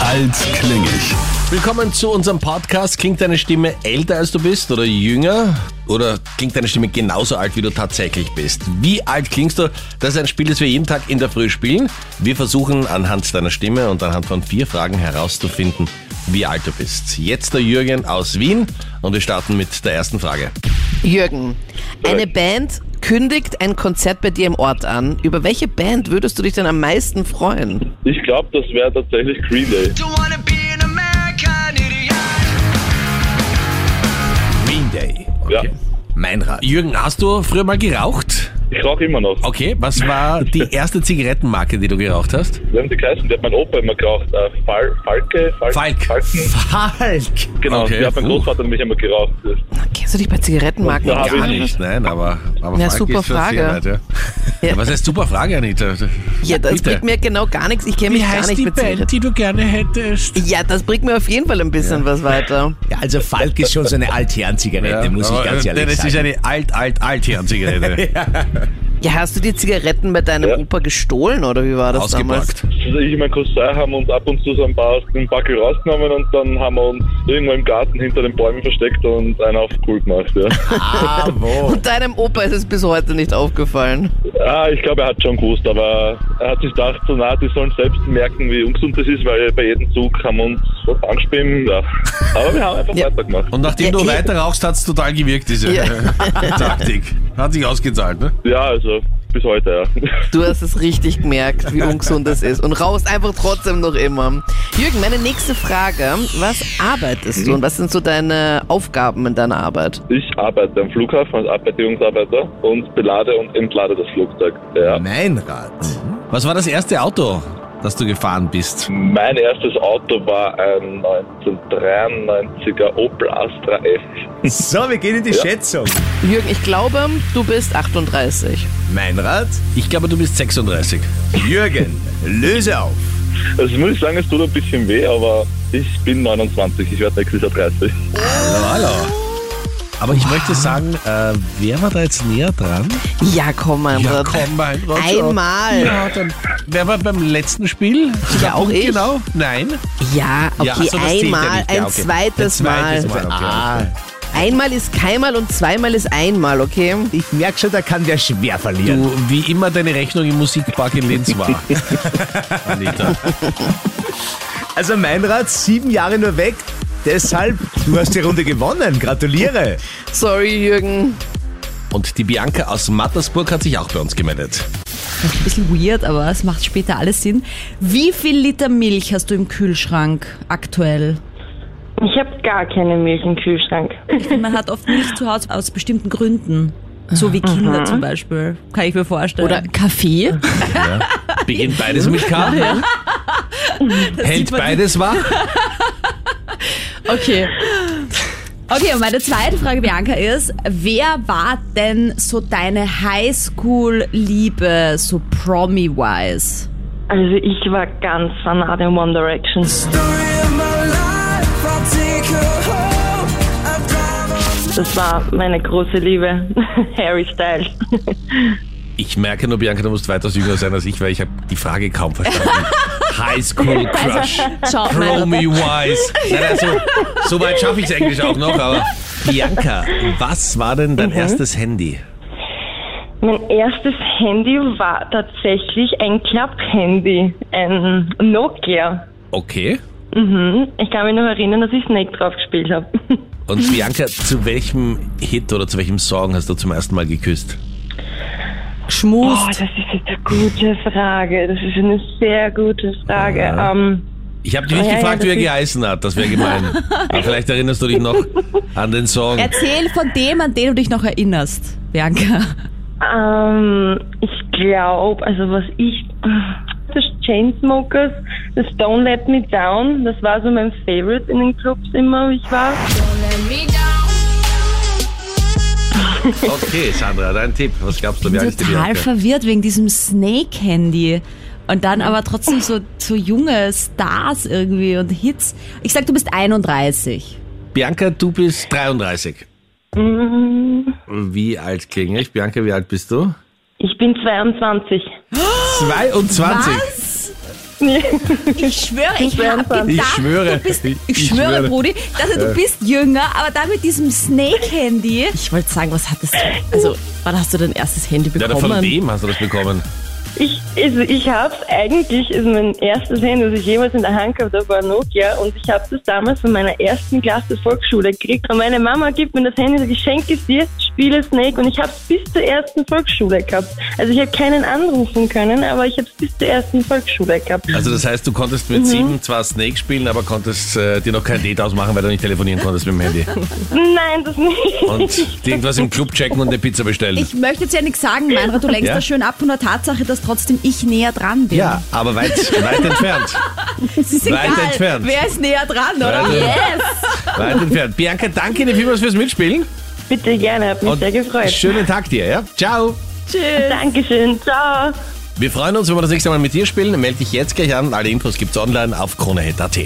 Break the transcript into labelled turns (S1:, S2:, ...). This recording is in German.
S1: Alt klinge ich.
S2: Willkommen zu unserem Podcast. Klingt deine Stimme älter als du bist oder jünger? Oder klingt deine Stimme genauso alt, wie du tatsächlich bist? Wie alt klingst du? Das ist ein Spiel, das wir jeden Tag in der Früh spielen. Wir versuchen anhand deiner Stimme und anhand von vier Fragen herauszufinden, wie alt du bist. Jetzt der Jürgen aus Wien und wir starten mit der ersten Frage.
S3: Jürgen,
S4: Äh.
S3: eine Band kündigt ein Konzert bei dir im Ort an. Über welche Band würdest du dich denn am meisten freuen?
S4: Ich glaube, das wäre tatsächlich Green Day.
S5: Don't wanna be an American idiot.
S2: Green Day.
S4: Ja,
S2: Meinrad. Jürgen, hast du früher mal geraucht?
S4: ich rauche immer noch.
S2: Okay, was war die erste Zigarettenmarke, die du geraucht hast?
S4: Wir haben die geheißen, die hat mein Opa immer geraucht. Äh, Fal Falke? Fal
S2: Falk.
S4: Falken?
S2: Falk.
S4: Genau,
S2: okay. Uh.
S4: die hat mein
S2: puh.
S4: Großvater mich immer geraucht.
S3: Kennst du dich bei Zigarettenmarken
S4: Ja,
S3: gar
S4: hab ich
S3: nicht?
S2: Nein, aber, aber
S3: Ja,
S2: Falk
S3: super
S2: ist schon
S3: Frage.
S2: sehr weit, ja.
S3: Ja.
S2: Ja, was heißt super Frage, Anita?
S3: Ja, das
S2: Bitte.
S3: bringt mir genau gar nichts. Ich kenne mich gar nicht mit Zigaretten.
S2: die du gerne hättest?
S3: Ja, das bringt mir auf jeden Fall ein bisschen was weiter.
S6: Ja, also Falk ist schon so eine Altherrenzigarette, muss ich ganz
S2: denn
S6: ehrlich
S2: es ist
S6: sagen.
S2: eine alt, alt, alt Zigarette.
S3: Ja, hast du die Zigaretten bei deinem
S4: Ja.
S3: Opa gestohlen oder wie war das damals?
S2: Ausgeborgt.
S4: Also ich und mein Cousin haben uns ab und zu so ein paar aus dem Backel rausgenommen und dann haben wir uns irgendwo im Garten hinter den Bäumen versteckt und einen auf cool gemacht. Ja.
S3: Und deinem Opa ist es bis heute nicht aufgefallen.
S4: ah, ich glaube, er hat schon gewusst, aber er hat sich gedacht, so nah, die sollen selbst merken, wie ungesund das ist, weil bei jedem Zug haben wir uns was angespielen. Ja. Aber wir haben einfach
S3: Ja.
S4: weitergemacht.
S2: Und nachdem
S3: Ja,
S2: du
S3: eh.
S2: weiter rauchst, hat es total gewirkt, diese
S3: Ja.
S2: Taktik. Hat sich ausgezahlt, ne?
S4: Ja, also bis heute, ja.
S3: Du hast es richtig gemerkt, wie ungesund es ist. Und raus einfach trotzdem noch immer. Jürgen, meine nächste Frage. Was arbeitest du und was sind so deine Aufgaben in deiner Arbeit?
S4: Ich arbeite am Flughafen als Abfertigungsarbeiter und belade und entlade das Flugzeug. Ja.
S6: Meinrad.
S2: Was war das erste Auto, das du gefahren bist?
S4: Mein erstes Auto war ein 1993er Opel Astra F.
S6: So, wir gehen in die Schätzung.
S3: Jürgen, ich glaube, du bist 38.
S6: Meinrad,
S2: Ich glaube, du bist 36.
S6: Jürgen, löse auf.
S4: Also muss ich sagen, es tut ein bisschen weh, aber ich bin 29, ich werde nächstes Jahr 30.
S2: Hallo, hallo. Aber ich möchte sagen, äh, wer war da jetzt näher dran?
S3: Ja, komm, mein Bruder.
S2: mal.
S3: Einmal.
S2: Ja, dann, wer war beim letzten Spiel?
S3: Ja, auch ich.
S2: Genau? Nein?
S3: Ja, okay,
S2: Ja, ach so, das zählt ja
S3: einmal,
S2: nicht. Ja,
S3: ein
S2: okay.
S3: zweites,
S2: Ein zweites
S3: Mal.
S2: Mal, okay.
S6: Ah,
S3: Einmal ist keinmal und zweimal ist einmal, okay?
S6: ich merke schon, da kann der schwer verlieren.
S2: Du, wie immer deine Rechnung im Musikpark in Linz war. Anita.
S6: Also Meinrad, sieben Jahre nur weg. Deshalb, du hast die Runde gewonnen. Gratuliere.
S3: Sorry, Jürgen.
S2: Und die Bianca aus Mattersburg hat sich auch bei uns gemeldet.
S7: Ein bisschen weird, aber es macht später alles Sinn. Wie viel Liter Milch hast du im Kühlschrank aktuell?
S8: Ich habe gar keine Milch im Kühlschrank.
S7: Man hat oft Milch zu Hause aus bestimmten Gründen. So wie Kinder zum Beispiel, kann ich mir vorstellen.
S3: Oder
S7: Kaffee.
S2: Beginnt beides mit K? Hält beides wach?
S7: Okay. Okay, und meine zweite Frage, Bianca, ist, wer war denn so deine Highschool-Liebe, so Promi-wise?
S8: Also ich war ganz fanat in One Direction.
S5: Story of my life, I'll take her home. I'll drive her
S8: Das war meine große Liebe, Harry Styles.
S2: Ich merke nur, Bianca, du musst weitaus jünger sein als ich, weil ich habe die Frage kaum verstanden. Highschool Crush.
S7: Schau mal.
S2: Promi Wise. Nein, also, so weit schaffe ich es eigentlich auch noch, aber. Bianca, was war denn dein erstes Handy?
S8: mein erstes Handy war tatsächlich ein Klapp-Handy, ein Nokia.
S2: Okay.
S8: Ich kann mich noch erinnern, dass ich Snake drauf gespielt habe.
S2: Und Bianca, zu welchem Hit oder zu welchem Song hast du zum ersten Mal geküsst?
S8: Oh,
S7: Schmus.
S8: das ist jetzt eine gute Frage. Das ist eine sehr gute Frage. Ähm,
S2: Ich habe dich nicht
S8: Ja, ja,
S2: gefragt,
S8: das
S2: wie er
S8: ist-
S2: geheißen hat, das wäre gemein. Aber vielleicht erinnerst du dich noch an den Song.
S7: Erzähl von dem, an den du dich noch erinnerst, Bianca.
S8: Ähm, ich glaube, also was ich, das Chainsmokers, das Don't Let Me Down, das war so mein Favorite in den Clubs immer, wie ich war.
S2: Okay, Sandra, dein Tipp. Was glaubst du, wie alt ist die
S7: total
S2: Bianca?
S7: verwirrt wegen diesem Snake-Handy. Und dann aber trotzdem so, so junge Stars irgendwie und Hits. Ich sag, du bist 31.
S2: Bianca, du bist 33.
S8: Mm,
S2: Wie alt klinge ich? Bianca, wie alt bist du?
S8: Ich bin 22.
S2: 22.
S7: Was?
S8: nie.
S7: Ich schwöre, ich habe gedacht,
S2: Ich schwöre.
S7: du bist, ich,
S2: Ich
S7: schwöre,
S2: schwöre. Äh.
S7: Brudi, dass du bist jünger, aber da mit diesem Snake-Handy.
S1: Ich wollte sagen, was hattest du? Also, wann hast du dein erstes Handy
S2: Ja,
S1: bekommen?
S2: von dem hast du das bekommen.
S8: Ich, also ich habe eigentlich, ist mein erstes Handy, das ich jemals in der Hand gehabt habe, war ein Nokia und ich habe das damals von meiner ersten Klasse Volksschule gekriegt. Und meine Mama gibt mir das Handy, sagt, ich schenke es dir, spiele Snake und ich habe es bis zur ersten Volksschule gehabt. Also ich habe keinen anrufen können, aber ich habe es bis zur ersten Volksschule gehabt.
S2: Also das heißt, du konntest
S8: Mhm.
S2: mit sieben zwar Snake spielen, aber konntest äh, dir noch kein Date ausmachen, weil du nicht telefonieren konntest mit dem Handy.
S8: Nein, das nicht.
S2: Und irgendwas im Club checken und eine Pizza bestellen.
S7: Ich möchte jetzt ja nichts sagen, Meinrad, du lenkst
S2: Ja?
S7: da schön ab von der Tatsache, dass trotzdem ich näher dran bin.
S2: ja, aber weit, weit entfernt.
S7: Es ist
S2: weit
S7: egal,
S2: entfernt.
S7: wer ist näher dran, oder?
S2: Weit entfernt.
S7: yes!
S2: Weit entfernt. Bianca, danke dir vielmals fürs Mitspielen.
S8: Bitte gerne, hat mich sehr gefreut.
S2: Schönen Tag dir, ja? Ciao.
S8: Dankeschön, ciao.
S2: Wir freuen uns, wenn wir das nächste Mal mit dir spielen. Melde dich jetzt gleich an. Alle Infos gibt's online auf kronehit.at.